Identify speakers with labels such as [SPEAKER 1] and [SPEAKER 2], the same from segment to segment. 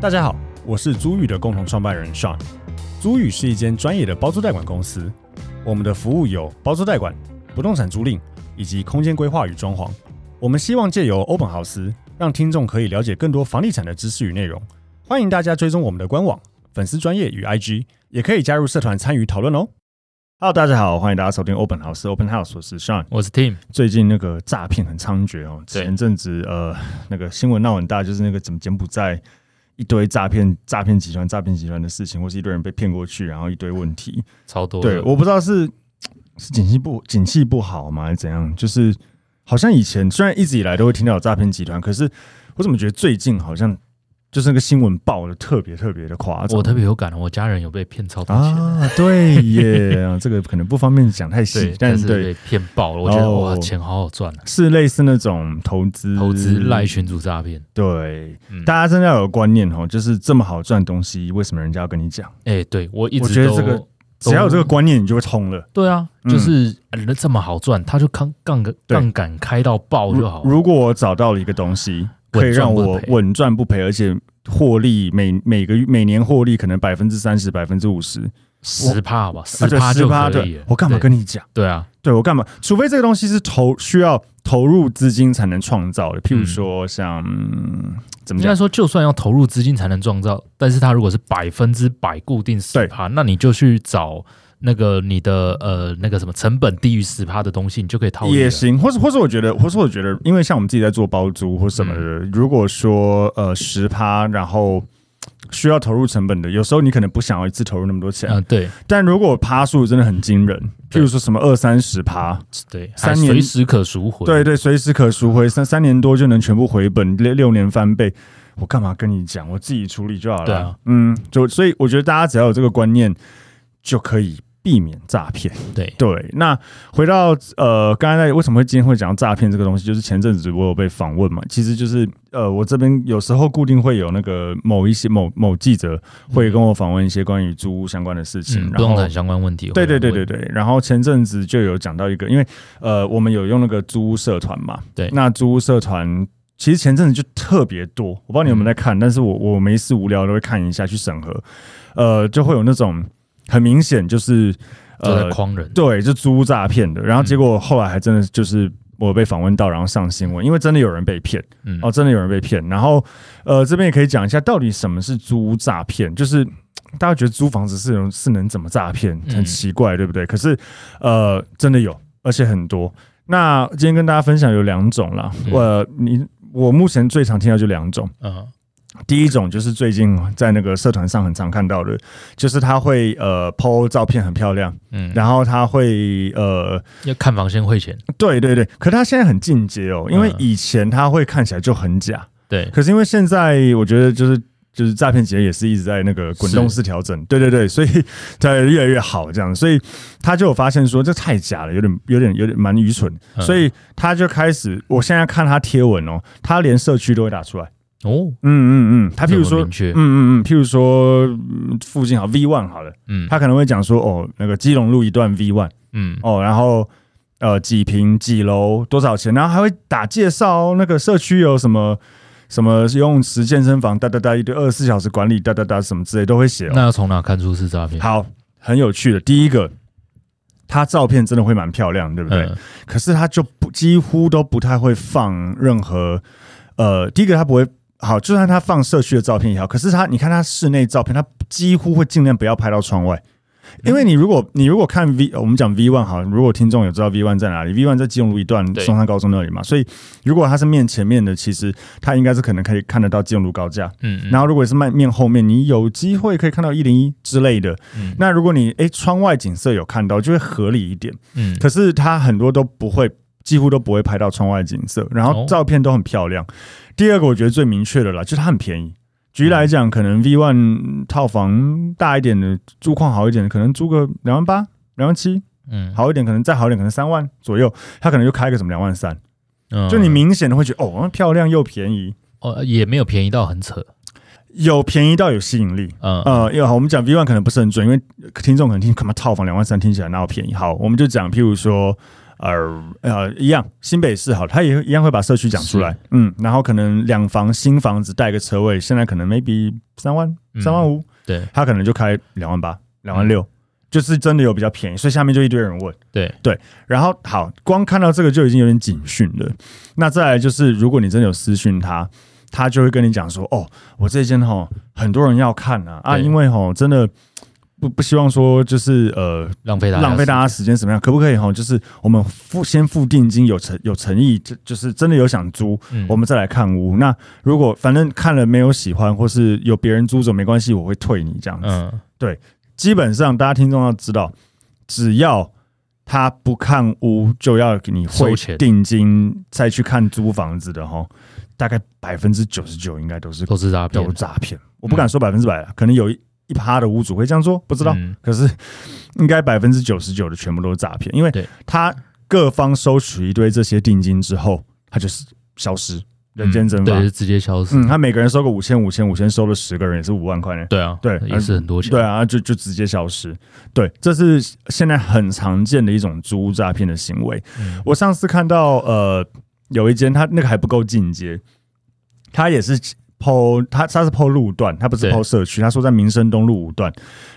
[SPEAKER 1] 大家好，我是租宇的共同创办人 Sean。租宇是一间专业的包租代管公司，我们的服务有包租代管、不动产租赁以及空间规划与装潢。我们希望借由欧本豪斯，让听众可以了解更多房地产的知识与内容。欢迎大家追踪我们的官网、粉丝专业与 IG，也可以加入社团参与讨论哦。Hello，大家好，欢迎大家收听 Open House。Open House，我是 Sean。
[SPEAKER 2] 我是 Tim，
[SPEAKER 1] 最近那个诈骗很猖獗哦，
[SPEAKER 2] 对
[SPEAKER 1] 前阵子呃那个新闻闹很大，就是那个怎么柬埔寨一堆诈骗诈骗集团诈骗集团的事情，或是一堆人被骗过去，然后一堆问题。
[SPEAKER 2] 超多的
[SPEAKER 1] 对，我不知道是是景气不景气不好吗，还是怎样？就是好像以前虽然一直以来都会听到有诈骗集团，可是我怎么觉得最近好像就是那个新闻报的特别特别的夸张。
[SPEAKER 2] 我特别有感，我家人有被骗超多钱，
[SPEAKER 1] 啊，对耶，啊这个可能不方便讲太细
[SPEAKER 2] 对，，
[SPEAKER 1] 但
[SPEAKER 2] 是
[SPEAKER 1] 对
[SPEAKER 2] 被骗爆了，我觉得
[SPEAKER 1] 哦
[SPEAKER 2] 哇，钱好好赚啊！
[SPEAKER 1] 是类似那种投资
[SPEAKER 2] 投资
[SPEAKER 1] 嗯
[SPEAKER 2] 赖群主诈骗，
[SPEAKER 1] 对，
[SPEAKER 2] 嗯
[SPEAKER 1] 大家真的要有观念哦，就是这么好赚的东西，为什么人家要跟你讲？
[SPEAKER 2] 哎，对我一
[SPEAKER 1] 我
[SPEAKER 2] 直
[SPEAKER 1] 觉得
[SPEAKER 2] 都
[SPEAKER 1] 这个只要有这个观念，你就会通了。
[SPEAKER 2] 对啊，
[SPEAKER 1] 嗯
[SPEAKER 2] 就是呃这么好赚，他就杠杠个
[SPEAKER 1] 对
[SPEAKER 2] 杠杆开到爆就好了。
[SPEAKER 1] 如果我找到了一个东西，可以让我
[SPEAKER 2] 稳赚不赔
[SPEAKER 1] 稳赚不赔，而且获利每每个月每年获利可能百分之三十、百分之五十，
[SPEAKER 2] 十趴吧，十
[SPEAKER 1] 啊对
[SPEAKER 2] 趴就
[SPEAKER 1] 10%
[SPEAKER 2] 可以
[SPEAKER 1] 对
[SPEAKER 2] 了。
[SPEAKER 1] 我干嘛
[SPEAKER 2] 对
[SPEAKER 1] 跟你讲？
[SPEAKER 2] 对啊？
[SPEAKER 1] 对我干嘛？除非这个东西是投需要投入资金才能创造的，譬如
[SPEAKER 2] 嗯
[SPEAKER 1] 说像、嗯怎么
[SPEAKER 2] 应
[SPEAKER 1] 讲
[SPEAKER 2] 该？说，就算要投入资金才能创造，但是他如果是百分之百固定十趴，那你就去找那个你的呃那个什么成本低于十趴的东西，你就可以套利了。
[SPEAKER 1] 也行，或是或是我觉得，或是我觉得，因为像我们自己在做包租或什么的，
[SPEAKER 2] 嗯
[SPEAKER 1] 如果说呃十趴，然后需要投入成本的，有时候你可能不想要一次投入那么多钱，
[SPEAKER 2] 嗯、对
[SPEAKER 1] 但如果趴数真的很惊人，譬
[SPEAKER 2] 对
[SPEAKER 1] 如说什么二三十趴，
[SPEAKER 2] 对，
[SPEAKER 1] 三
[SPEAKER 2] 还
[SPEAKER 1] 年
[SPEAKER 2] 随时可赎回。
[SPEAKER 1] 对对，随时可赎回，三三年多就能全部回本，六六年翻倍。我干嘛跟你讲？我自己处理就好了。
[SPEAKER 2] 对啊
[SPEAKER 1] 嗯，就所以我觉得大家只要有这个观念，就可以避免诈骗。
[SPEAKER 2] 对
[SPEAKER 1] 对，那回到呃，刚才在为什么会今天会讲到诈骗这个东西，就是前阵子我有被访问嘛，其实就是呃，我这边有时候固定会有那个某一些某某记者会跟我访问一些关于租屋相关的事情，
[SPEAKER 2] 嗯，不
[SPEAKER 1] 然
[SPEAKER 2] 动
[SPEAKER 1] 后
[SPEAKER 2] 产相关问题。
[SPEAKER 1] 对对对
[SPEAKER 2] 会
[SPEAKER 1] 对
[SPEAKER 2] 问
[SPEAKER 1] 对，然后前阵子就有讲到一个，因为呃，我们有用那个租屋社团嘛，
[SPEAKER 2] 对
[SPEAKER 1] 那租屋社团其实前阵子就特别多，我不知道你有没有在看，
[SPEAKER 2] 嗯
[SPEAKER 1] 但是我我没事无聊都会看一下去审核，呃，就会有那种很明显就是
[SPEAKER 2] 就在
[SPEAKER 1] 呃，
[SPEAKER 2] 诓人。
[SPEAKER 1] 对，就租屋诈骗的，然后结
[SPEAKER 2] 嗯
[SPEAKER 1] 果后来还真的就是。我被访问到，然后上新闻，因为真的有人被骗
[SPEAKER 2] 嗯，
[SPEAKER 1] 哦，真的有人被骗。然后，呃，这边也可以讲一下，到底什么是租屋诈骗？就是大家觉得租房子是能是能怎么诈骗，很
[SPEAKER 2] 嗯
[SPEAKER 1] 奇怪，对不对？可是呃，真的有，而且很多。那今天跟大家分享有两种啦，
[SPEAKER 2] 嗯
[SPEAKER 1] 我你我目前最常听到就两种，
[SPEAKER 2] 嗯，
[SPEAKER 1] 第一种就是最近在那个社团上很常看到的，就是他会呃 PO 照片很漂亮，
[SPEAKER 2] 嗯，
[SPEAKER 1] 然后他会呃
[SPEAKER 2] 要看房先汇钱。
[SPEAKER 1] 对对对，可他现在很进阶哦，因为
[SPEAKER 2] 嗯
[SPEAKER 1] 以前他会看起来就很假，
[SPEAKER 2] 对，
[SPEAKER 1] 可是因为现在我觉得就是就是诈骗节也是一直在那个滚动式调整，对对对，所以它越来越好这样，所以他就有发现说这太假了，有点有点有点蛮愚蠢，
[SPEAKER 2] 嗯
[SPEAKER 1] 所以他就开始，我现在看他贴文哦，他连社区都会打出来，
[SPEAKER 2] 哦，
[SPEAKER 1] 嗯嗯嗯，他譬如
[SPEAKER 2] 这么
[SPEAKER 1] 说
[SPEAKER 2] 明。确
[SPEAKER 1] 嗯，嗯嗯，譬如说嗯附近好 V One 好了，
[SPEAKER 2] 嗯，
[SPEAKER 1] 他可能会讲说哦，那个基隆路一段 V One
[SPEAKER 2] 嗯，
[SPEAKER 1] 哦，然后呃几平几楼多少钱，然后还会打介绍哦、那个社区有什么什么游泳池、健身房，哒哒哒一堆二十四小时管理，哒哒哒什么之类都会写、哦。
[SPEAKER 2] 那要从哪看出是诈骗？
[SPEAKER 1] 好，很有趣的。第一个，他照片真的会蛮漂亮，对不对？
[SPEAKER 2] 嗯，
[SPEAKER 1] 可是他就不几乎都不太会放任何呃，第一个他不会。好，就算他放社区的照片也好，可是他，你看他室内照片，他几乎会尽量不要拍到窗外，因为你如果你如果看 V，呃我们讲 V one 好，如果听众有知道 V one 在哪里，V one 在基隆路一段
[SPEAKER 2] 对
[SPEAKER 1] 松山高中那里嘛，所以如果他是面前面的，其实他应该是可能可以看得到基隆路高架，
[SPEAKER 2] 嗯，嗯
[SPEAKER 1] 然后如果是面面后面，你有机会可以看到一零一之类的，
[SPEAKER 2] 嗯
[SPEAKER 1] 那如果你诶窗外景色有看到，就会合理一点。
[SPEAKER 2] 嗯，
[SPEAKER 1] 可是他很多都不会，几乎都不会拍到窗外景色，然后
[SPEAKER 2] 哦
[SPEAKER 1] 照片都很漂亮。第二个我觉得最明确的啦，就是它很便宜。举例来讲，可能 V one 套房大一点的，租况好一点的，可能租个两万八、两万七，
[SPEAKER 2] 嗯，
[SPEAKER 1] 好一点可能再好一点，可能三万左右，他可能就开个什么两万三，
[SPEAKER 2] 嗯，
[SPEAKER 1] 就你明显的会觉得哦，漂亮又便宜，
[SPEAKER 2] 哦，也没有便宜到很扯。
[SPEAKER 1] 有便宜到有吸引力。
[SPEAKER 2] 嗯，
[SPEAKER 1] 呃，因为好，我们讲 V 哦 one 可能不是很准，因为听众可能听，干嘛套房两万三听起来哪有便宜？好，我们就讲，譬如说，呃呃一样，新北市好了，他也一样会把社区讲出来
[SPEAKER 2] 是，
[SPEAKER 1] 嗯，然后可能两房新房子带个车位，现在可能 maybe 三万
[SPEAKER 2] 嗯
[SPEAKER 1] 三万五，
[SPEAKER 2] 对
[SPEAKER 1] 他可能就开两万八两万六。就是真的有比较便宜，所以下面就一堆人问。
[SPEAKER 2] 嗯对
[SPEAKER 1] 然后好，光看到这个就已经有点警讯了。那再来就是，如果你真的有私讯他，他就会跟你讲说：“哦，我这间吼很多人要看啊啊，
[SPEAKER 2] 对
[SPEAKER 1] 因为吼真的不不希望说就是呃
[SPEAKER 2] 浪费大
[SPEAKER 1] 浪费大
[SPEAKER 2] 家
[SPEAKER 1] 家时间怎么样？可不可以哈？就是我们付先付定金，有诚有诚意，就就是真的有想租，
[SPEAKER 2] 时间，嗯
[SPEAKER 1] 我们再来看屋。那如果反正看了没有喜欢，或是有别人租走没关系，我会退你这样子。
[SPEAKER 2] 嗯
[SPEAKER 1] 基本上大家听众要知道，只要他不看屋，就要给你汇
[SPEAKER 2] 收钱
[SPEAKER 1] 定金再去看租房子的哈，大概百分之九十九应该都是
[SPEAKER 2] 都是诈骗，啊
[SPEAKER 1] 都诈骗。我不敢说百分之百了，可能有一一趴的屋主会这样说，不知道。
[SPEAKER 2] 嗯
[SPEAKER 1] 可是应该百分之九十九的全部都是诈骗，因为
[SPEAKER 2] 对
[SPEAKER 1] 他各方收取一堆这些定金之后，他就是消失，人间蒸发。嗯
[SPEAKER 2] 对，就直接消失，
[SPEAKER 1] 他每个人收个五千、五千、五千，收了十个人也是五万块呢。
[SPEAKER 2] 对啊，
[SPEAKER 1] 对
[SPEAKER 2] 也是很多钱，
[SPEAKER 1] 对啊，就就直接消失。对，这是现在很常见的一种租屋诈骗的行为。
[SPEAKER 2] 嗯
[SPEAKER 1] 我上次看到呃，有一间他那个还不够进阶，他也是剖他他是剖路段，他不是
[SPEAKER 2] 对
[SPEAKER 1] 剖社区，他说在民生东路五段，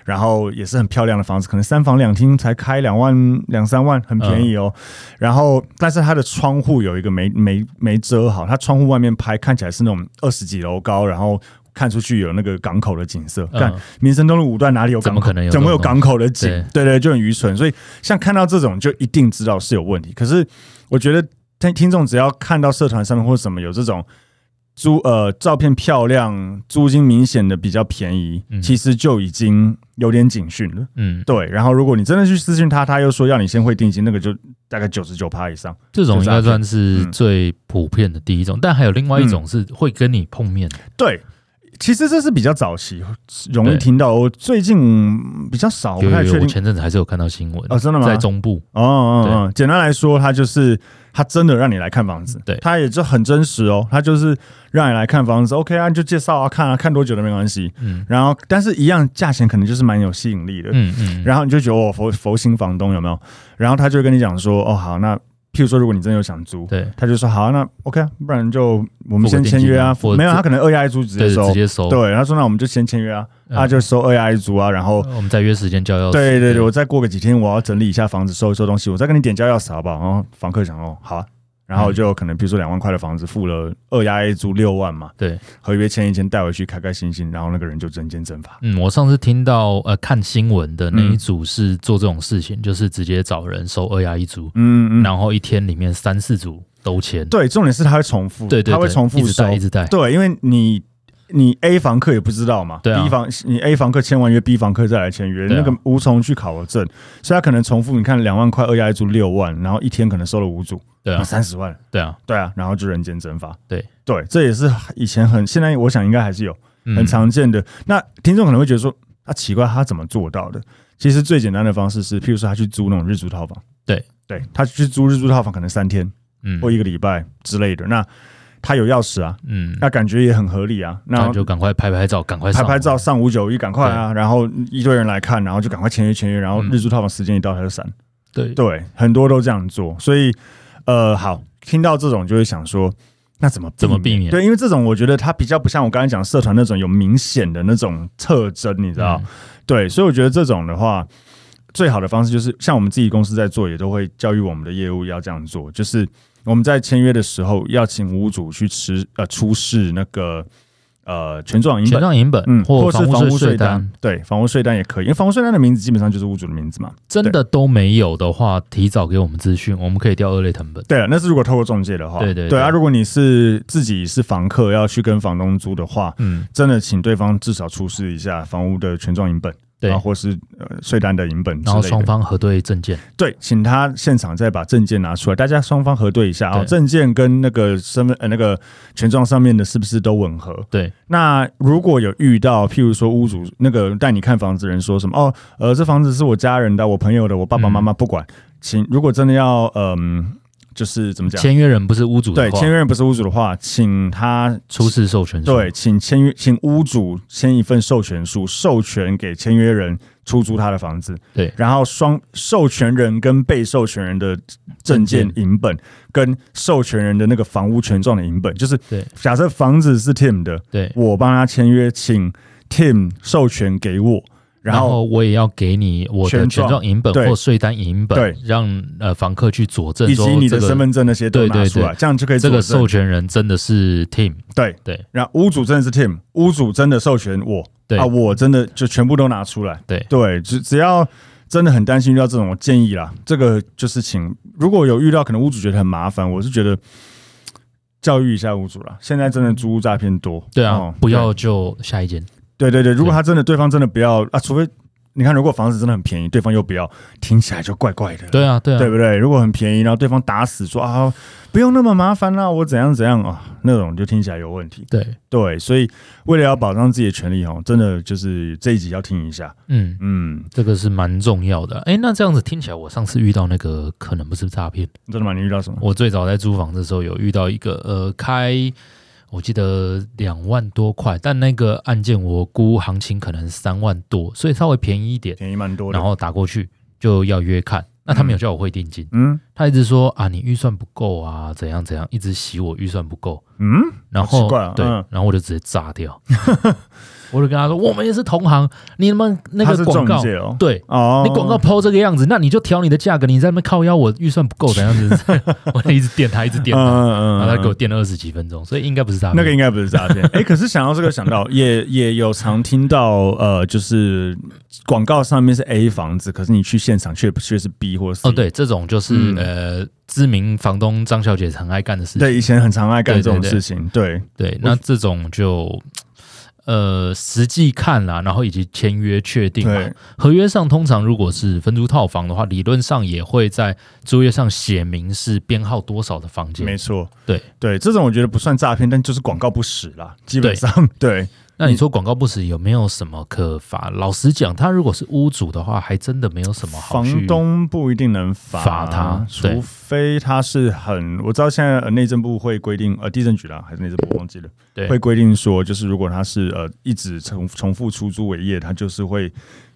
[SPEAKER 1] 然后也是很漂亮的房子，可能三房两厅才开两万两三万，很便
[SPEAKER 2] 嗯
[SPEAKER 1] 宜哦。然后但是它的窗户有一个没没没遮好，它窗户外面拍看起来是那种二十几楼高，然后。看出去有那个港口的景色，
[SPEAKER 2] 嗯
[SPEAKER 1] 看民生东路五段哪里有
[SPEAKER 2] 怎
[SPEAKER 1] 港
[SPEAKER 2] 么
[SPEAKER 1] 口？
[SPEAKER 2] 可能有
[SPEAKER 1] 怎么
[SPEAKER 2] 这
[SPEAKER 1] 有
[SPEAKER 2] 种东
[SPEAKER 1] 港口的景？对对，就很愚蠢。所以像看到这种，就一定知道是有问题。可是我觉得听听众只要看到社团上面或者什么有这种租呃照片漂亮、租金明显的比较便宜，
[SPEAKER 2] 嗯
[SPEAKER 1] 其实就已经有点警讯了。
[SPEAKER 2] 嗯，
[SPEAKER 1] 对，然后如果你真的去私讯他，他又说要你先汇定金，那个就大概九十九趴以上。
[SPEAKER 2] 这种应该算
[SPEAKER 1] 就是诈嗯
[SPEAKER 2] 是
[SPEAKER 1] 骗
[SPEAKER 2] 最普遍的第一种，但还有另外一
[SPEAKER 1] 嗯
[SPEAKER 2] 种是会跟你碰面的，
[SPEAKER 1] 对，其实这是比较早期容易
[SPEAKER 2] 对
[SPEAKER 1] 听到，我最近嗯比较少，我
[SPEAKER 2] 有
[SPEAKER 1] 不太
[SPEAKER 2] 有
[SPEAKER 1] 确
[SPEAKER 2] 有，我
[SPEAKER 1] 定。
[SPEAKER 2] 前阵子还是有看到新闻
[SPEAKER 1] 哦，真的吗？
[SPEAKER 2] 在中部，
[SPEAKER 1] 哦哦哦，简单来说，他就是他真的让你来看房子，
[SPEAKER 2] 对
[SPEAKER 1] 他也就很真实哦，他就是让你来看房子，OK 啊，你就介绍啊，看啊，看多久都没关系。
[SPEAKER 2] 嗯
[SPEAKER 1] 然后，但是一样价钱可能就是蛮有吸引力的，
[SPEAKER 2] 嗯嗯，
[SPEAKER 1] 然后你就觉得哦，佛佛心房东有没有？然后他就会跟你讲说，哦好，那譬如说如果你真的有想租，
[SPEAKER 2] 对
[SPEAKER 1] 他就说好啊、那 OK 啊，不然就我们先
[SPEAKER 2] 付个定金
[SPEAKER 1] 签约啊
[SPEAKER 2] 啊，或者
[SPEAKER 1] 没有他可能二押一租直接
[SPEAKER 2] 对，
[SPEAKER 1] 收
[SPEAKER 2] 直，接收，
[SPEAKER 1] 对，他说那我们就先签约啊，
[SPEAKER 2] 嗯
[SPEAKER 1] 他就收二押一租啊，然后
[SPEAKER 2] 我们再约时间交钥匙，
[SPEAKER 1] 对对对，我再过个几天，我要整理一下房子，收一收东西，我再跟你点交钥匙好不好？然后房客讲哦，好啊。然
[SPEAKER 2] 嗯
[SPEAKER 1] 后就可能比如说两万块的房子，付了二押一租六万嘛，
[SPEAKER 2] 对，
[SPEAKER 1] 合约签一签，带回去开开心心，然后那个人就人间蒸发。
[SPEAKER 2] 嗯，我上次听到呃看新闻的那
[SPEAKER 1] 嗯
[SPEAKER 2] 一组是做这种事情，就是直接找人收二押一租，
[SPEAKER 1] 嗯嗯，
[SPEAKER 2] 然后一天里面三四组都签，
[SPEAKER 1] 对，重点是他会重复，
[SPEAKER 2] 对对，
[SPEAKER 1] 他会
[SPEAKER 2] 对
[SPEAKER 1] 重复
[SPEAKER 2] 一直
[SPEAKER 1] 收
[SPEAKER 2] 带，一直带，
[SPEAKER 1] 对，因为你你 A 房客也不知道嘛、
[SPEAKER 2] 对啊
[SPEAKER 1] b 房你 A 房客签完约，B 房客再来签约，
[SPEAKER 2] 对啊
[SPEAKER 1] 那个无从去考证，所以他可能重复，你看两万块二押一租六万，然后一天可能收了五组，
[SPEAKER 2] 对啊，
[SPEAKER 1] 三十万，
[SPEAKER 2] 对啊，
[SPEAKER 1] 对啊，然后就人间蒸发。
[SPEAKER 2] 对
[SPEAKER 1] 对，这也是以前很，现在我想应该还是有
[SPEAKER 2] 嗯
[SPEAKER 1] 很常见的。那听众可能会觉得说，啊，奇怪，他怎么做到的？其实最简单的方式是，譬如说他去租那种日租套房，
[SPEAKER 2] 对，
[SPEAKER 1] 对他去租日租套房，可能三天
[SPEAKER 2] 嗯
[SPEAKER 1] 或一个礼拜之类的。那他有钥匙啊，
[SPEAKER 2] 嗯，
[SPEAKER 1] 那感觉也很合理啊。
[SPEAKER 2] 那
[SPEAKER 1] 那
[SPEAKER 2] 就赶快拍拍照，赶快
[SPEAKER 1] 拍
[SPEAKER 2] 上
[SPEAKER 1] 拍
[SPEAKER 2] 网
[SPEAKER 1] 照，上五九一，赶快啊！然后一堆人来看，然后就赶快签约签约，然后
[SPEAKER 2] 嗯
[SPEAKER 1] 日租套房时间一到他就闪。
[SPEAKER 2] 对
[SPEAKER 1] 对，很多都这样做，所以呃，好，听到这种就会想说，那怎么
[SPEAKER 2] 怎么避免
[SPEAKER 1] 对，因为这种我觉得它比较不像我刚才讲社团那种有明显的那种特征，你知道？
[SPEAKER 2] 嗯
[SPEAKER 1] 对，所以我觉得这种的话，最好的方式就是像我们自己公司在做，也都会教育我们的业务要这样做，就是我们在签约的时候要请屋主去持呃出示那个呃权状银
[SPEAKER 2] 权
[SPEAKER 1] 本。
[SPEAKER 2] 状银本，
[SPEAKER 1] 嗯，
[SPEAKER 2] 或
[SPEAKER 1] 是房
[SPEAKER 2] 屋
[SPEAKER 1] 税
[SPEAKER 2] 单，，
[SPEAKER 1] 对，房屋税单也可以，因为房屋税单的名字基本上就是屋主的名字嘛。
[SPEAKER 2] 真的都没有的话，提早给我们资讯，我们可以调二类成本。
[SPEAKER 1] 对了，啊那是如果透过中介的话，
[SPEAKER 2] 对对
[SPEAKER 1] 对
[SPEAKER 2] 对
[SPEAKER 1] 啊，如果你是自己是房客要去跟房东租的话，
[SPEAKER 2] 嗯，
[SPEAKER 1] 真的请对方至少出示一下房屋的权状银本，
[SPEAKER 2] 对
[SPEAKER 1] 啊，。或是呃税单的银本之
[SPEAKER 2] 然后
[SPEAKER 1] 类
[SPEAKER 2] 双
[SPEAKER 1] 的。
[SPEAKER 2] 方核对证件，
[SPEAKER 1] 对，请他现场再把证件拿出来，大家双方核对一下啊、
[SPEAKER 2] 对
[SPEAKER 1] 证件跟那个身份呃那个权状上面的是不是都吻合？
[SPEAKER 2] 对，
[SPEAKER 1] 那如果有遇到，譬如说屋主那个带你看房子的人说什么哦，呃，这房子是我家人的，我朋友的，我爸爸妈妈不管，请如果真的要嗯、就是怎么讲？
[SPEAKER 2] 签约人不是屋主的
[SPEAKER 1] 对，
[SPEAKER 2] 话，
[SPEAKER 1] 签约人不是屋主的话，请他
[SPEAKER 2] 出示授权书。
[SPEAKER 1] 对，请签约，请屋主签一份授权书，授权给签约人出租他的房子。
[SPEAKER 2] 对
[SPEAKER 1] 然后双授权人跟被授权人的证件
[SPEAKER 2] 证
[SPEAKER 1] 影本，跟授权人的那个房屋权状的影本，就是
[SPEAKER 2] 对
[SPEAKER 1] 假设房子是 Tim 的，
[SPEAKER 2] 对，
[SPEAKER 1] 我帮他签约，请 Tim 授权给我，然
[SPEAKER 2] 然
[SPEAKER 1] 后
[SPEAKER 2] 后我也要给你我的
[SPEAKER 1] 权
[SPEAKER 2] 权
[SPEAKER 1] 状
[SPEAKER 2] 状影本
[SPEAKER 1] 对
[SPEAKER 2] 或税单影本
[SPEAKER 1] 对，
[SPEAKER 2] 让呃房客去佐证
[SPEAKER 1] 以
[SPEAKER 2] 说
[SPEAKER 1] 及你
[SPEAKER 2] 这
[SPEAKER 1] 的
[SPEAKER 2] 个
[SPEAKER 1] 身份证那些都
[SPEAKER 2] 对
[SPEAKER 1] 拿
[SPEAKER 2] 对
[SPEAKER 1] 出来，
[SPEAKER 2] 对
[SPEAKER 1] 这样就可以
[SPEAKER 2] 这个
[SPEAKER 1] 佐证
[SPEAKER 2] 授权人真的是 Tim，
[SPEAKER 1] 对
[SPEAKER 2] 对。
[SPEAKER 1] 然后屋主真的是 Tim，屋主真的授权我，
[SPEAKER 2] 对
[SPEAKER 1] 啊，我真的就全部都拿出来。
[SPEAKER 2] 对
[SPEAKER 1] 对，只只要真的很担心遇到这种，我建议啦，这个就是请如果有遇到可能屋主觉得很麻烦，我是觉得教育一下屋主啦。现在真的租屋诈骗多，
[SPEAKER 2] 对啊，
[SPEAKER 1] 哦
[SPEAKER 2] 不要就下一间，
[SPEAKER 1] 对对对，如果他真的对方真的不要啊，除非你看，如果房子真的很便宜，对方又不要，听起来就怪怪的。
[SPEAKER 2] 对啊，对啊，
[SPEAKER 1] 对不对？如果很便宜，然后对方打死说啊，不用那么麻烦啦，我怎样怎样啊，那种就听起来有问题。
[SPEAKER 2] 对，
[SPEAKER 1] 对，所以为了要保障自己的权利哦，真的就是这一集要听一下。
[SPEAKER 2] 嗯，
[SPEAKER 1] 嗯，
[SPEAKER 2] 这个是蛮重要的。哎，那这样子听起来，我上次遇到那个可能不是诈骗，
[SPEAKER 1] 真的吗？你遇到什么？
[SPEAKER 2] 我最早在租房子的时候有遇到一个呃开，我记得两万多块，但那个案件我估行情可能三万多，所以稍微便宜一点，
[SPEAKER 1] 便宜蛮多的。
[SPEAKER 2] 然后打过去就要约看。那他没有叫我汇定金，
[SPEAKER 1] 嗯
[SPEAKER 2] 他一直说啊你预算不够啊，怎样怎样，一直洗我预算不够，
[SPEAKER 1] 嗯，
[SPEAKER 2] 然后
[SPEAKER 1] 好奇怪啊
[SPEAKER 2] 对，
[SPEAKER 1] 嗯
[SPEAKER 2] 然后我就直接炸掉， 我就跟他说我们也是同行，你们那
[SPEAKER 1] 他
[SPEAKER 2] 个
[SPEAKER 1] 是
[SPEAKER 2] 广
[SPEAKER 1] 中
[SPEAKER 2] 告
[SPEAKER 1] 介哦，
[SPEAKER 2] 对。
[SPEAKER 1] 哦，
[SPEAKER 2] 你广告抛这个样子，那你就调你的价格，你在那边靠腰，我预算不够，怎样子？ 我一直电他，一直电
[SPEAKER 1] 嗯，
[SPEAKER 2] 他，
[SPEAKER 1] 嗯
[SPEAKER 2] 啊然后
[SPEAKER 1] 嗯
[SPEAKER 2] 他给我电了二十几分钟，所以应该不是他
[SPEAKER 1] 那个应该不是诈骗。哎，可是想到这个，想到也也有常听到，呃，就是广告上面是 A 房子，可是你去现场却却是 B 或 C。
[SPEAKER 2] 哦，对，这种就是、
[SPEAKER 1] 嗯
[SPEAKER 2] 呃，知名房东张小姐很爱干的事情。
[SPEAKER 1] 对，以前很常爱干这种
[SPEAKER 2] 对对
[SPEAKER 1] 事情。对，
[SPEAKER 2] 对，那这种就呃实际看啦，然后以及签约确定嘛
[SPEAKER 1] 对。
[SPEAKER 2] 合约上通常如果是分租套房的话，理论上也会在租约上写明是编号多少的房
[SPEAKER 1] 没
[SPEAKER 2] 间。
[SPEAKER 1] 错，
[SPEAKER 2] 对
[SPEAKER 1] 对，这种我觉得不算诈骗，但就是广告不实啦，基本上对。
[SPEAKER 2] 那你说广告不实有没有什么可罚？老实讲，他如果是屋主的话，还真的没有什么好去
[SPEAKER 1] 房东不一定能罚
[SPEAKER 2] 罚他对
[SPEAKER 1] 除非他是很我知道现在呃内政部会规定，呃地震局啦还是内政部忘记了，
[SPEAKER 2] 对
[SPEAKER 1] 会规定说，就是如果他是呃一直重重复出租为业，他就是会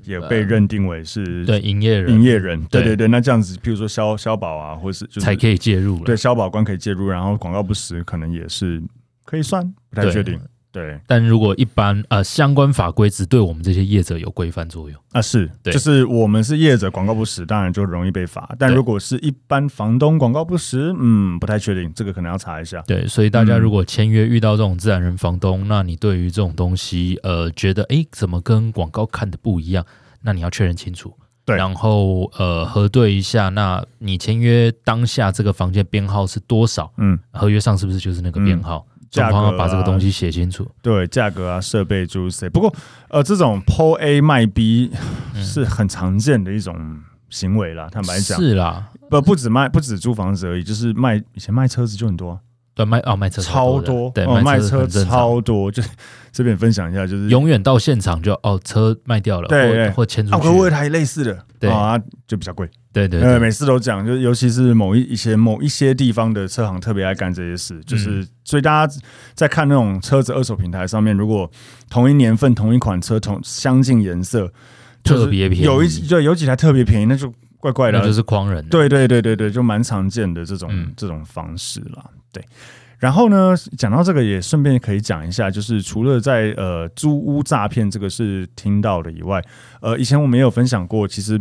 [SPEAKER 1] 也被认定为是
[SPEAKER 2] 对营业
[SPEAKER 1] 营
[SPEAKER 2] 人
[SPEAKER 1] 业人。对
[SPEAKER 2] 对
[SPEAKER 1] 对对，那这样子，譬如说消消保啊，或是就是
[SPEAKER 2] 才可以介入了
[SPEAKER 1] 对。消保官可以介入，然后广告不实可能也是可以算，不太
[SPEAKER 2] 对
[SPEAKER 1] 确定。对
[SPEAKER 2] 但如果一般呃相关法规只对我们这些业者有规范作用，
[SPEAKER 1] 啊，是，
[SPEAKER 2] 对
[SPEAKER 1] 就是我们是业者，广告不实，当然就容易被罚。但
[SPEAKER 2] 对
[SPEAKER 1] 如果是一般房东广告不实，嗯，不太确定，这个可能要查一下。
[SPEAKER 2] 对，所以大家
[SPEAKER 1] 嗯
[SPEAKER 2] 如果签约遇到这种自然人房东，那你对于这种东西，呃，觉得诶怎么跟广告看的不一样，那你要确认清楚。
[SPEAKER 1] 对
[SPEAKER 2] 然后呃核对一下，那你签约当下这个房间编号是多少？
[SPEAKER 1] 嗯，
[SPEAKER 2] 合约上是不是就是那个编号？
[SPEAKER 1] 价
[SPEAKER 2] 双
[SPEAKER 1] 格啊
[SPEAKER 2] 方要把这个东西写清楚。
[SPEAKER 1] 对，价格啊、设备诸如此类。不过，呃，这种 PO A 卖 B
[SPEAKER 2] 嗯
[SPEAKER 1] 是很常见的一种行为啦。坦白讲，
[SPEAKER 2] 是啦，
[SPEAKER 1] 不不止卖，不止租房子而已，就是卖以前卖车子就很多啊、
[SPEAKER 2] 对卖哦卖车
[SPEAKER 1] 超
[SPEAKER 2] 多
[SPEAKER 1] 多
[SPEAKER 2] 的，对、
[SPEAKER 1] 哦，卖
[SPEAKER 2] 车
[SPEAKER 1] 车
[SPEAKER 2] 很正常。
[SPEAKER 1] 超多。就是这边分享一下，就是
[SPEAKER 2] 永远到现场就哦，车卖掉了，
[SPEAKER 1] 对对
[SPEAKER 2] 或或迁出
[SPEAKER 1] 啊，
[SPEAKER 2] 去
[SPEAKER 1] 我有一台类似的，
[SPEAKER 2] 对
[SPEAKER 1] 啊，就比较贵。
[SPEAKER 2] 对对
[SPEAKER 1] 呃，
[SPEAKER 2] 对，
[SPEAKER 1] 每次都讲，就是尤其是某一一些某一些地方的车行特别爱干这些
[SPEAKER 2] 嗯
[SPEAKER 1] 事，就是、所以大家在看那种车子二手平台上面，如果同一年份、同一款车、同相近颜色，就是
[SPEAKER 2] 特别便宜
[SPEAKER 1] 有一对有几台特别便宜，那就怪怪的
[SPEAKER 2] 那
[SPEAKER 1] 啊，
[SPEAKER 2] 就是诳人。
[SPEAKER 1] 对对对对对，就蛮常见的这种、
[SPEAKER 2] 嗯
[SPEAKER 1] 这种方式啦。对，然后呢，讲到这个也顺便可以讲一下，就是除了在呃租屋诈骗这个是听到的以外，呃，以前我们也有分享过，其实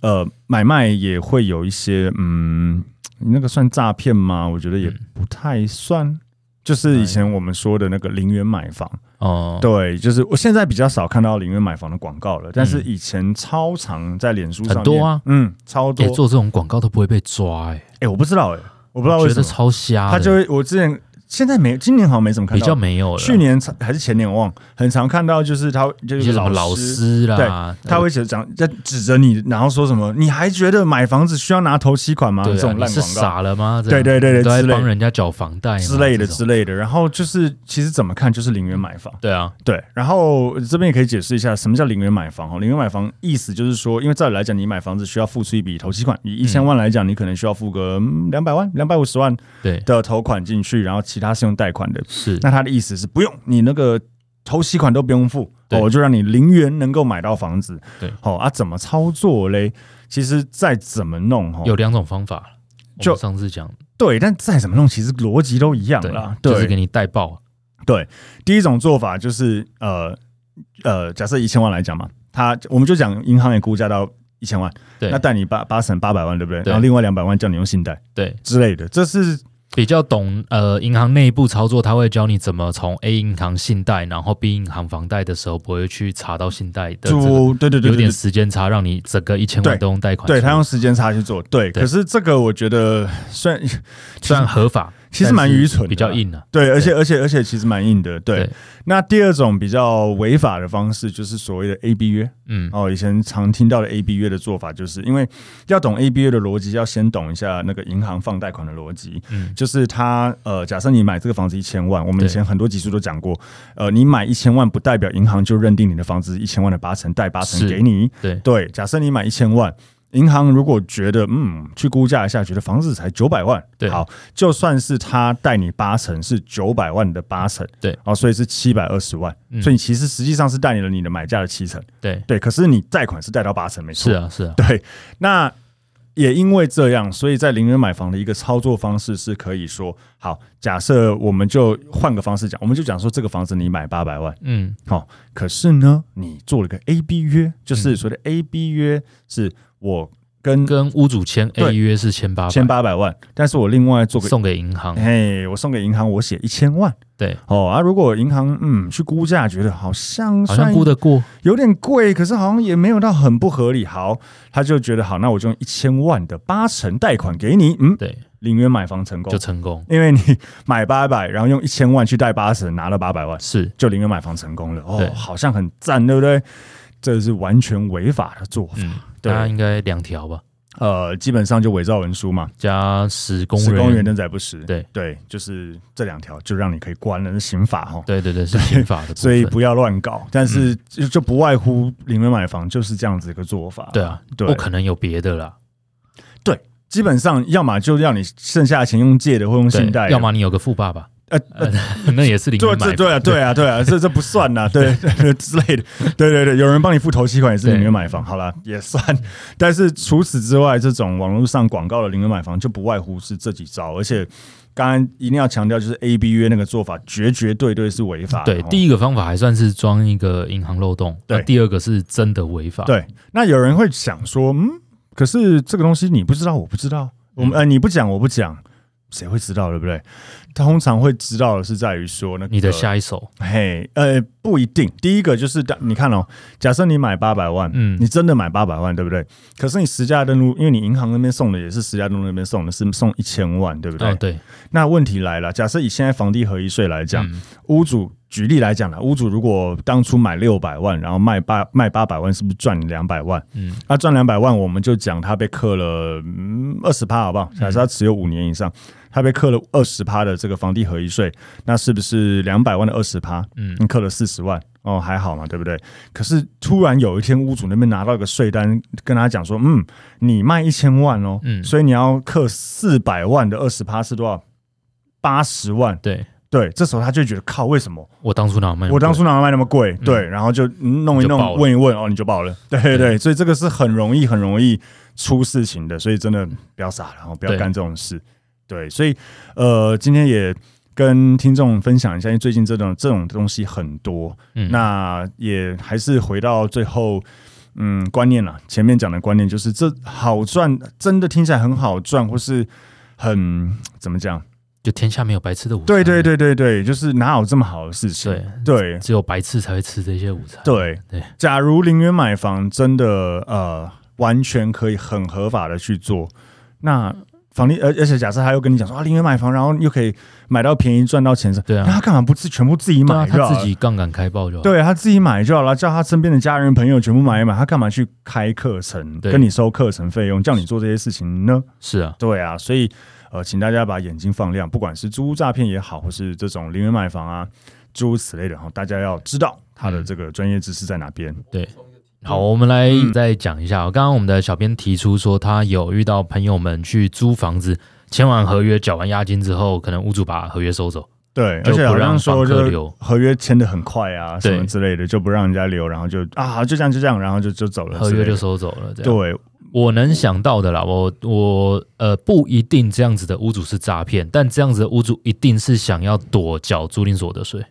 [SPEAKER 1] 呃买卖也会有一些嗯，你那个算诈骗吗？我觉得也
[SPEAKER 2] 嗯哎
[SPEAKER 1] 不太算。就是以前我们说的那个零元买房，
[SPEAKER 2] 哦，
[SPEAKER 1] 对，就是我现在比较少看到零元买房的广告了，但是
[SPEAKER 2] 嗯
[SPEAKER 1] 以前超常在脸书上
[SPEAKER 2] 很多
[SPEAKER 1] 面
[SPEAKER 2] 啊，
[SPEAKER 1] 嗯，超多
[SPEAKER 2] 欸，做这种广告都不会被抓、欸，
[SPEAKER 1] 哎、我不知道哎、我不知道为
[SPEAKER 2] 觉
[SPEAKER 1] 什
[SPEAKER 2] 得
[SPEAKER 1] 么，
[SPEAKER 2] 超瞎的。
[SPEAKER 1] 他就会我之前现在没，今年好像没怎么看
[SPEAKER 2] 比
[SPEAKER 1] 到，
[SPEAKER 2] 较没有了。
[SPEAKER 1] 去年才还是前年我忘，很常看到就是他就
[SPEAKER 2] 一
[SPEAKER 1] 是
[SPEAKER 2] 些什么老
[SPEAKER 1] 师
[SPEAKER 2] 师啦，
[SPEAKER 1] 他会写讲在指着你，然后说什么？你还觉得买房子需要拿头期款吗？
[SPEAKER 2] 对啊
[SPEAKER 1] 这种
[SPEAKER 2] 你
[SPEAKER 1] 烂
[SPEAKER 2] 是
[SPEAKER 1] 广告
[SPEAKER 2] 傻了吗？这
[SPEAKER 1] 对
[SPEAKER 2] 样
[SPEAKER 1] 对对对
[SPEAKER 2] 你都
[SPEAKER 1] 之
[SPEAKER 2] 在
[SPEAKER 1] 类
[SPEAKER 2] 帮人家缴房贷吗
[SPEAKER 1] 之类的
[SPEAKER 2] 这种
[SPEAKER 1] 之类的。然后就是其实怎么看就是零元买房。
[SPEAKER 2] 对啊，
[SPEAKER 1] 对，然后这边也可以解释一下什么叫零元买房哦。零元买房意思就是说，因为照理来讲，你买房子需要付出一笔头期款，以一千
[SPEAKER 2] 嗯
[SPEAKER 1] 万来讲，你可能需要付个嗯两百万、两百五十万
[SPEAKER 2] 对，
[SPEAKER 1] 的头款进去，然后其他是用贷款的。
[SPEAKER 2] 是
[SPEAKER 1] 那他的意思是不用你那个头期款都不用付，
[SPEAKER 2] 对
[SPEAKER 1] 哦我、就让你零元能够买到房子。
[SPEAKER 2] 对，
[SPEAKER 1] 哦啊，怎么操作嘞？其实再怎么弄哈，
[SPEAKER 2] 有两种方法。我
[SPEAKER 1] 就
[SPEAKER 2] 们上次讲，
[SPEAKER 1] 对，但再怎么弄，其实逻辑都一样
[SPEAKER 2] 对
[SPEAKER 1] 啦，。对，
[SPEAKER 2] 就是给你带爆，
[SPEAKER 1] 第一种做法就是呃呃，假设一千万来讲嘛，他我们就讲银行也估价到一千万，
[SPEAKER 2] 对
[SPEAKER 1] 那贷你八八成八百万，对不对？
[SPEAKER 2] 对
[SPEAKER 1] 然后另外两百万叫你用信贷
[SPEAKER 2] 对，
[SPEAKER 1] 之类的，这是
[SPEAKER 2] 比较懂呃银行内部操作，他会教你怎么从 A 银行信贷，然后 B 银行房贷的时候不会去查到信贷的这个
[SPEAKER 1] 就对对对对
[SPEAKER 2] 有
[SPEAKER 1] 对
[SPEAKER 2] 点时间差，让你整个一千
[SPEAKER 1] 对
[SPEAKER 2] 万都用贷款出来，
[SPEAKER 1] 对他用时间差去做，对。
[SPEAKER 2] 对
[SPEAKER 1] 可是这个我觉得虽然
[SPEAKER 2] 虽然合法，
[SPEAKER 1] 其实
[SPEAKER 2] 但是
[SPEAKER 1] 蛮愚蠢的
[SPEAKER 2] 比较硬啊。
[SPEAKER 1] 对，而且而且而且其实蛮硬的。对，
[SPEAKER 2] 对
[SPEAKER 1] 那第二种比较违法的方式就是所谓的 A B 约
[SPEAKER 2] 嗯，
[SPEAKER 1] 哦，以前常听到的 A B 约的做法，就是因为要懂 A B 约的逻辑，要先懂一下那个银行放贷款的逻辑。
[SPEAKER 2] 嗯
[SPEAKER 1] 就是他呃，假设你买这个房子一千万，我们
[SPEAKER 2] 对
[SPEAKER 1] 以前很多集数都讲过，呃，你买一千万不代表银行就认定你的房子一千万的八成，贷八成
[SPEAKER 2] 是
[SPEAKER 1] 给你。
[SPEAKER 2] 对
[SPEAKER 1] 对，假设你买一千万，银行如果觉得嗯，去估价一下，觉得房子才九百万，
[SPEAKER 2] 对
[SPEAKER 1] 好，就算是他贷你八成是九百万的八成，
[SPEAKER 2] 对，
[SPEAKER 1] 哦，所以是七百二十万，
[SPEAKER 2] 嗯
[SPEAKER 1] 所以你其实实际上是贷了你的买价的七成，
[SPEAKER 2] 对，
[SPEAKER 1] 对，可是你贷款是贷到八成，没错，
[SPEAKER 2] 是啊是啊，
[SPEAKER 1] 对，那也因为这样，所以在零元买房的一个操作方式是可以说，好，假设我们就换个方式讲，我们就讲说这个房子你买八百万，
[SPEAKER 2] 嗯，
[SPEAKER 1] 好、可是呢，你做了个 A B 约，
[SPEAKER 2] 嗯
[SPEAKER 1] 就是所谓的 A B 约，是我跟
[SPEAKER 2] 跟屋主签
[SPEAKER 1] 对
[SPEAKER 2] A 约是签八
[SPEAKER 1] 千八哎百万，但是我另外做个，
[SPEAKER 2] 送给银行，
[SPEAKER 1] 嘿，我送给银行，我写一千万。
[SPEAKER 2] 对，
[SPEAKER 1] 哦啊，如果银行嗯去估价，觉得好像
[SPEAKER 2] 好
[SPEAKER 1] 算
[SPEAKER 2] 像估得过，
[SPEAKER 1] 有点贵，可是好像也没有到很不合理。好，他就觉得好，那我就用一千万的八成贷款给你，嗯，
[SPEAKER 2] 对，
[SPEAKER 1] 零元买房成功
[SPEAKER 2] 就，成功，
[SPEAKER 1] 因为你买八百，然后用一千万去贷八成，拿了八百万，
[SPEAKER 2] 是
[SPEAKER 1] 就零元买房成功了。哦
[SPEAKER 2] 对，
[SPEAKER 1] 好像很赞，对不对？这是完全违法的做法，
[SPEAKER 2] 嗯，
[SPEAKER 1] 对
[SPEAKER 2] 大家应该两条吧，
[SPEAKER 1] 呃，基本上就伪造文书嘛，
[SPEAKER 2] 加十公
[SPEAKER 1] 是公务员
[SPEAKER 2] 元，
[SPEAKER 1] 登载不实，
[SPEAKER 2] 对
[SPEAKER 1] 对，就是这两条就让你可以关了，是刑法哈。
[SPEAKER 2] 对对对，是刑法的部分，
[SPEAKER 1] 所以不要乱搞，但是
[SPEAKER 2] 嗯
[SPEAKER 1] 就就不外乎零元买房就是这样子一个做法。
[SPEAKER 2] 对啊，
[SPEAKER 1] 对
[SPEAKER 2] 不可能有别的啦，
[SPEAKER 1] 基本上要么就让你剩下的钱用借的或用信
[SPEAKER 2] 对
[SPEAKER 1] 贷，，
[SPEAKER 2] 要么你有个富爸爸，
[SPEAKER 1] 呃
[SPEAKER 2] 呃， 那也是零
[SPEAKER 1] 对
[SPEAKER 2] 元买
[SPEAKER 1] 对
[SPEAKER 2] 房，
[SPEAKER 1] 对啊对啊对啊，这这不算呐， 对之类的，对对对，有人帮你付头期款也是零元买房，好啦，也算。但是除此之外，这种网络上广告的零元买房就不外乎是这几招，而且刚刚一定要强调，就是 A B 约那个做法绝绝对对是违法的
[SPEAKER 2] 对
[SPEAKER 1] 哦。，
[SPEAKER 2] 第一个方法还算是装一个银行漏洞，
[SPEAKER 1] 对
[SPEAKER 2] 那第二个是真的违法，
[SPEAKER 1] 对，那有人会想说，嗯，可是这个东西你不知道，我不知道，我们、
[SPEAKER 2] 嗯
[SPEAKER 1] 呃你不讲我不讲，谁会知道，对不对？他通常会知道的是在于说那个
[SPEAKER 2] 你的下一手，
[SPEAKER 1] 嘿，呃，不一定。第一个就是，你看哦，假设你买八百万，
[SPEAKER 2] 嗯
[SPEAKER 1] 你真的买八百万，对不对？可是你实价登录，因为你银行那边送的也是实价登录那边送的，是送一千万，对不对？
[SPEAKER 2] 哦对，
[SPEAKER 1] 那问题来了，假设以现在房地合一税来讲，
[SPEAKER 2] 嗯
[SPEAKER 1] 屋主举例来讲啦，屋主如果当初买六百万，然后卖八卖八百万，是不是赚两百万？
[SPEAKER 2] 嗯，
[SPEAKER 1] 那赚两百万，我们就讲他被克了嗯二十趴，好不好？
[SPEAKER 2] 嗯
[SPEAKER 1] 假设他持有五年以上，他被克了二十趴的这个房地合一税，那是不是两百万的二十趴？
[SPEAKER 2] 嗯
[SPEAKER 1] 你克了四十万，哦，还好嘛，对不对？可是突然有一天，屋主那边拿到一个税单，跟他讲说，嗯，你卖一千万哦，
[SPEAKER 2] 嗯
[SPEAKER 1] 所以你要克四百万的二十趴是多少？八十万，
[SPEAKER 2] 对
[SPEAKER 1] 对，这时候他就觉得靠，为什么
[SPEAKER 2] 我当初哪有卖那么
[SPEAKER 1] 我当
[SPEAKER 2] 多
[SPEAKER 1] 初哪有卖那么贵？对，然后就嗯弄一
[SPEAKER 2] 你就爆
[SPEAKER 1] 弄，
[SPEAKER 2] 了嗯
[SPEAKER 1] 问一问，哦，你就爆了。对对对，所以这个是很容易很容易出事情的，所以真的不要傻了，然后不要
[SPEAKER 2] 对
[SPEAKER 1] 干这种事。对，所以呃，今天也跟听众分享一下，因为最近这种这种东西很多，
[SPEAKER 2] 嗯
[SPEAKER 1] 那也还是回到最后。嗯，观念啦，前面讲的观念就是这好赚，真的听起来很好赚，或是很怎么讲？
[SPEAKER 2] 就天下没有白吃的午餐，
[SPEAKER 1] 对对对对对，就是哪有这么好的事情？
[SPEAKER 2] 对，
[SPEAKER 1] 对，
[SPEAKER 2] 只有白痴才会吃这些午餐，
[SPEAKER 1] 对
[SPEAKER 2] 对
[SPEAKER 1] 假如零元买房真的呃完全可以很合法的去做，那房地，而而且假设他又跟你讲说啊，宁愿买房，然后又可以买到便宜赚到钱，
[SPEAKER 2] 对
[SPEAKER 1] 那
[SPEAKER 2] 啊，
[SPEAKER 1] 他干嘛不自全部自己
[SPEAKER 2] 对啊，
[SPEAKER 1] 买就好
[SPEAKER 2] 他
[SPEAKER 1] 了？
[SPEAKER 2] 自己杠杆开爆就好。
[SPEAKER 1] 对他自己买就好了，叫他身边的家人朋友全部买一买，他干嘛去开课程，
[SPEAKER 2] 对
[SPEAKER 1] 跟你收课程费用，叫你做这些事情呢？
[SPEAKER 2] 是啊，
[SPEAKER 1] 对啊，所以呃，请大家把眼睛放亮，不管是租屋诈骗也好，或是这种零元买房啊，诸如此类的，然后大家要知道他
[SPEAKER 2] 嗯
[SPEAKER 1] 的这个专业知识在哪边。
[SPEAKER 2] 好，我们来
[SPEAKER 1] 嗯
[SPEAKER 2] 再讲一下哦。刚刚我们的小编提出说，他有遇到朋友们去租房子，签完合约、缴完押金之后，可能屋主把合约收走。
[SPEAKER 1] 对，
[SPEAKER 2] 就
[SPEAKER 1] 而且
[SPEAKER 2] 不
[SPEAKER 1] 好
[SPEAKER 2] 让
[SPEAKER 1] 像说
[SPEAKER 2] 房客
[SPEAKER 1] 就
[SPEAKER 2] 留
[SPEAKER 1] 合约签的很快啊，什
[SPEAKER 2] 对
[SPEAKER 1] 么之类的，就不让人家留，然后就啊就这样就这样，然后就就走了
[SPEAKER 2] 合
[SPEAKER 1] 之类
[SPEAKER 2] 约
[SPEAKER 1] 的，
[SPEAKER 2] 就收走了，这样。
[SPEAKER 1] 对
[SPEAKER 2] 我能想到的啦，我我呃不一定这样子的屋主是诈骗，但这样子的屋主一定是想要躲缴租赁所得税。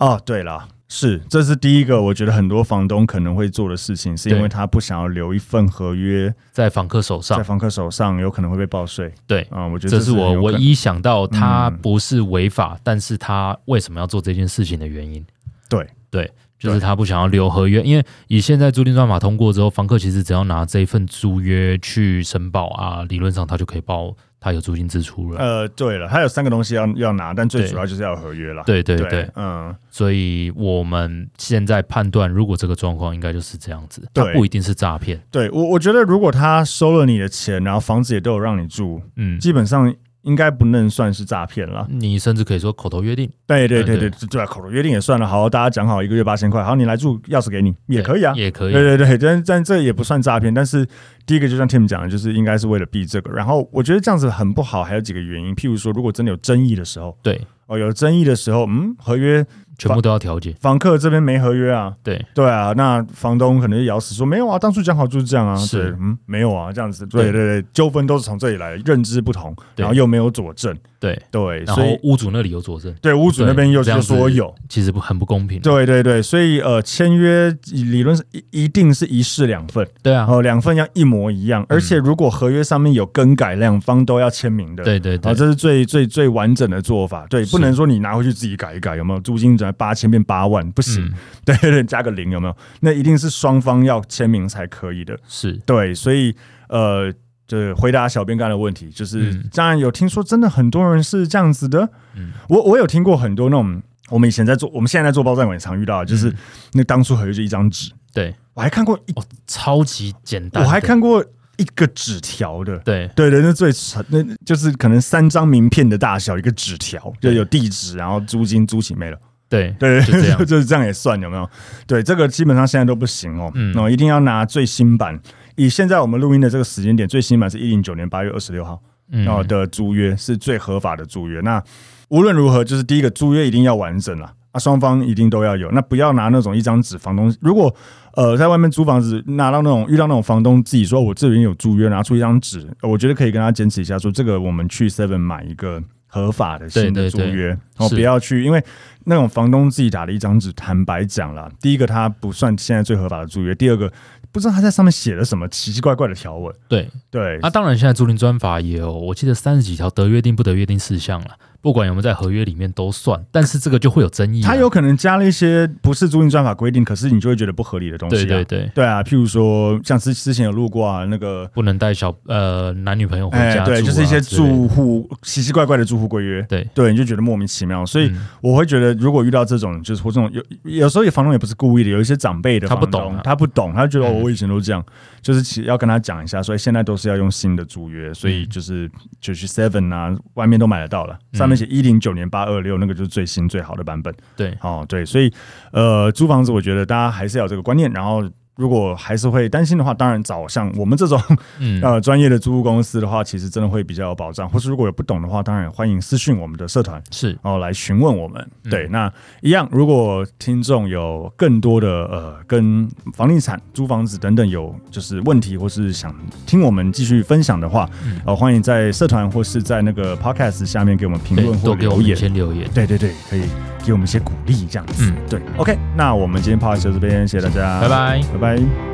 [SPEAKER 1] 哦，对了。是，这是第一个，我觉得很多房东可能会做的事情，是因
[SPEAKER 2] 对
[SPEAKER 1] 为他不想要留一份合约
[SPEAKER 2] 在房客手
[SPEAKER 1] 在
[SPEAKER 2] 上，
[SPEAKER 1] 房客手上，有可能会被报税
[SPEAKER 2] 对，
[SPEAKER 1] 啊、我觉得
[SPEAKER 2] 这
[SPEAKER 1] 是
[SPEAKER 2] 是
[SPEAKER 1] 有
[SPEAKER 2] 我
[SPEAKER 1] 可
[SPEAKER 2] 唯
[SPEAKER 1] 能
[SPEAKER 2] 一想到他
[SPEAKER 1] 嗯
[SPEAKER 2] 不是违法，但是他为什么要做这件事情的原因。
[SPEAKER 1] 对
[SPEAKER 2] 对，就是他不想要留合约，因为以现在租赁专法通过之后，房客其实只要拿这一份租约去申报啊，理论上他就可以报他有租金支出了。
[SPEAKER 1] 呃，对了，它有三个东西要要拿，但最
[SPEAKER 2] 对
[SPEAKER 1] 主要就是要有合约啦。
[SPEAKER 2] 对对对，
[SPEAKER 1] 嗯，
[SPEAKER 2] 所以我们现在判断，如果这个状况应该就是这样子，它
[SPEAKER 1] 对
[SPEAKER 2] 不一定是诈骗。
[SPEAKER 1] 对我我觉得如果他收了你的钱，然后房子也都有让你住，
[SPEAKER 2] 嗯，
[SPEAKER 1] 基本上应该不能算是诈骗了。
[SPEAKER 2] 你甚至可以说口头约定
[SPEAKER 1] 对对
[SPEAKER 2] 嗯对
[SPEAKER 1] 对对对对，口头约定也算了。好，大家讲好一个月八千块，好，你来住，钥匙给你也可以啊。
[SPEAKER 2] 也可以。
[SPEAKER 1] 对对对，但但这也不算诈骗。但是第一个就像 Tim 讲的，就是应该是为了避这个。然后我觉得这样子很不好，还有几个原因，譬如说，如果真的有争议的时候，
[SPEAKER 2] 对，
[SPEAKER 1] 哦，有争议的时候，嗯，合约
[SPEAKER 2] 全部都要调解。
[SPEAKER 1] 房客这边没合约啊，
[SPEAKER 2] 对
[SPEAKER 1] 对啊，那房东可能就咬死说没有啊，当初讲好就是这样啊，
[SPEAKER 2] 是
[SPEAKER 1] 对嗯，没有啊，这样子，对
[SPEAKER 2] 对
[SPEAKER 1] 对对，纠纷都是从这里来的，认知不同，
[SPEAKER 2] 对
[SPEAKER 1] 然后又没有佐证，
[SPEAKER 2] 对，
[SPEAKER 1] 对，
[SPEAKER 2] 然
[SPEAKER 1] 所
[SPEAKER 2] 后
[SPEAKER 1] 以
[SPEAKER 2] 屋主那里有佐证，
[SPEAKER 1] 对屋主那边又
[SPEAKER 2] 对这样
[SPEAKER 1] 就
[SPEAKER 2] 子
[SPEAKER 1] 说有，
[SPEAKER 2] 其实不很不公平。
[SPEAKER 1] 对对对，所以呃，签约理论上一一定是一式两份，
[SPEAKER 2] 对啊
[SPEAKER 1] 然，后两份要一模一
[SPEAKER 2] 嗯
[SPEAKER 1] 样，而且如果合约上面有更改，两方都要签名的，
[SPEAKER 2] 对对
[SPEAKER 1] 啊，
[SPEAKER 2] 对，
[SPEAKER 1] 这是最最最完整的做法，对，
[SPEAKER 2] 是
[SPEAKER 1] 不能说你拿回去自己改一改，有没有？租金只要八千变八万，不行，
[SPEAKER 2] 嗯
[SPEAKER 1] 对对对，加个零有没有？那一定是双方要签名才可以的，
[SPEAKER 2] 是
[SPEAKER 1] 对，所以呃，就是回答小编刚才的问题，就是、
[SPEAKER 2] 嗯
[SPEAKER 1] 当然有听说真的很多人是这样子的，
[SPEAKER 2] 嗯
[SPEAKER 1] 我我有听过很多那种，我们以前在做，我们现在在做包站馆也常遇到的，就是、
[SPEAKER 2] 嗯
[SPEAKER 1] 那当初合约就一张纸，
[SPEAKER 2] 对，
[SPEAKER 1] 我还看过一，
[SPEAKER 2] 哦，超级简单
[SPEAKER 1] 我
[SPEAKER 2] 的，
[SPEAKER 1] 还看过一个纸条的，
[SPEAKER 2] 对
[SPEAKER 1] 对对，那最惨，那就是可能三张名片的大小，一个纸条，就有地址，然后租金租起没了。
[SPEAKER 2] 对
[SPEAKER 1] 对，
[SPEAKER 2] 就这样
[SPEAKER 1] 就是这样也算有没有？对，这个基本上现在都不行哦，
[SPEAKER 2] 嗯
[SPEAKER 1] 嗯，哦，一定要拿最新版。以现在我们录音的这个时间点，最新版是一零九年八月二十六号
[SPEAKER 2] 嗯
[SPEAKER 1] 哦的租约是最合法的租约。那无论如何，就是第一个租约一定要完整啦，啊，双方一定都要有。那不要拿那种一张纸，房东如果呃在外面租房子拿到那种遇到那种房东自己说我这边有租约，拿出一张纸，呃我觉得可以跟他坚持一下，说这个我们去 Seven 买一个合法的新
[SPEAKER 2] 对对
[SPEAKER 1] 的租
[SPEAKER 2] 对
[SPEAKER 1] 约，哦，
[SPEAKER 2] 是
[SPEAKER 1] 不要去，因为那种房东自己打的一张纸，坦白讲啦，第一个它不算现在最合法的租约，第二个不知道他在上面写了什么奇奇怪怪的条文，
[SPEAKER 2] 对。
[SPEAKER 1] 对，
[SPEAKER 2] 啊，当然现在租赁专法也有，我记得三十几条得约定不得约定事项了，不管有没有在合约里面都算，但是这个就会有争议啊。
[SPEAKER 1] 他有可能加了一些不是租赁专法规定，可是你就会觉得不合理的东西、啊，
[SPEAKER 2] 对对对，
[SPEAKER 1] 对啊，譬如说像之之前有录过啊，那个
[SPEAKER 2] 不能带小呃男女朋友回
[SPEAKER 1] 哎、
[SPEAKER 2] 家住啊之类的、
[SPEAKER 1] 对，就是一些住户奇奇怪怪的住户规约，
[SPEAKER 2] 对，
[SPEAKER 1] 对，你就觉得莫名其妙，所以
[SPEAKER 2] 嗯
[SPEAKER 1] 我会觉得，如果遇到这种，就是或这种有有时候也房东也不是故意的，有一些长辈的
[SPEAKER 2] 他不
[SPEAKER 1] 房东
[SPEAKER 2] 懂啊
[SPEAKER 1] 他不懂，他就觉得、
[SPEAKER 2] 嗯
[SPEAKER 1] 哦我以前都这样，就是其实要跟他讲一下，所以现在都是要用新的租约，所以
[SPEAKER 2] 嗯
[SPEAKER 1] 就是就去 Seven 啊，外面都买得到了，上面写一零九年八二六，那个就是最新最好的版本。
[SPEAKER 2] 对
[SPEAKER 1] 哦，对，所以呃，租房子我觉得大家还是要有这个观念，然后。如果还是会担心的话，当然找像我们这种
[SPEAKER 2] 嗯
[SPEAKER 1] 呃专业的租屋公司的话，其实真的会比较有保障。或是如果有不懂的话，当然也欢迎私讯我们的社团，
[SPEAKER 2] 是
[SPEAKER 1] 哦来询问我们。
[SPEAKER 2] 嗯
[SPEAKER 1] 对，那一样，如果听众有更多的呃跟房地产、租房子等等有就是问题，或是想听我们继续分享的话，
[SPEAKER 2] 嗯
[SPEAKER 1] 呃，欢迎在社团或是在那个 podcast 下面给我们评
[SPEAKER 2] 对
[SPEAKER 1] 论，或
[SPEAKER 2] 都给我
[SPEAKER 1] 留
[SPEAKER 2] 们
[SPEAKER 1] 言。
[SPEAKER 2] 先留言。
[SPEAKER 1] 对对对，可以给我们一些鼓励，这样子。
[SPEAKER 2] 嗯
[SPEAKER 1] 对，OK，那我们今天 podcast 就到这边，谢谢大家，
[SPEAKER 2] 拜，拜。
[SPEAKER 1] 拜拜。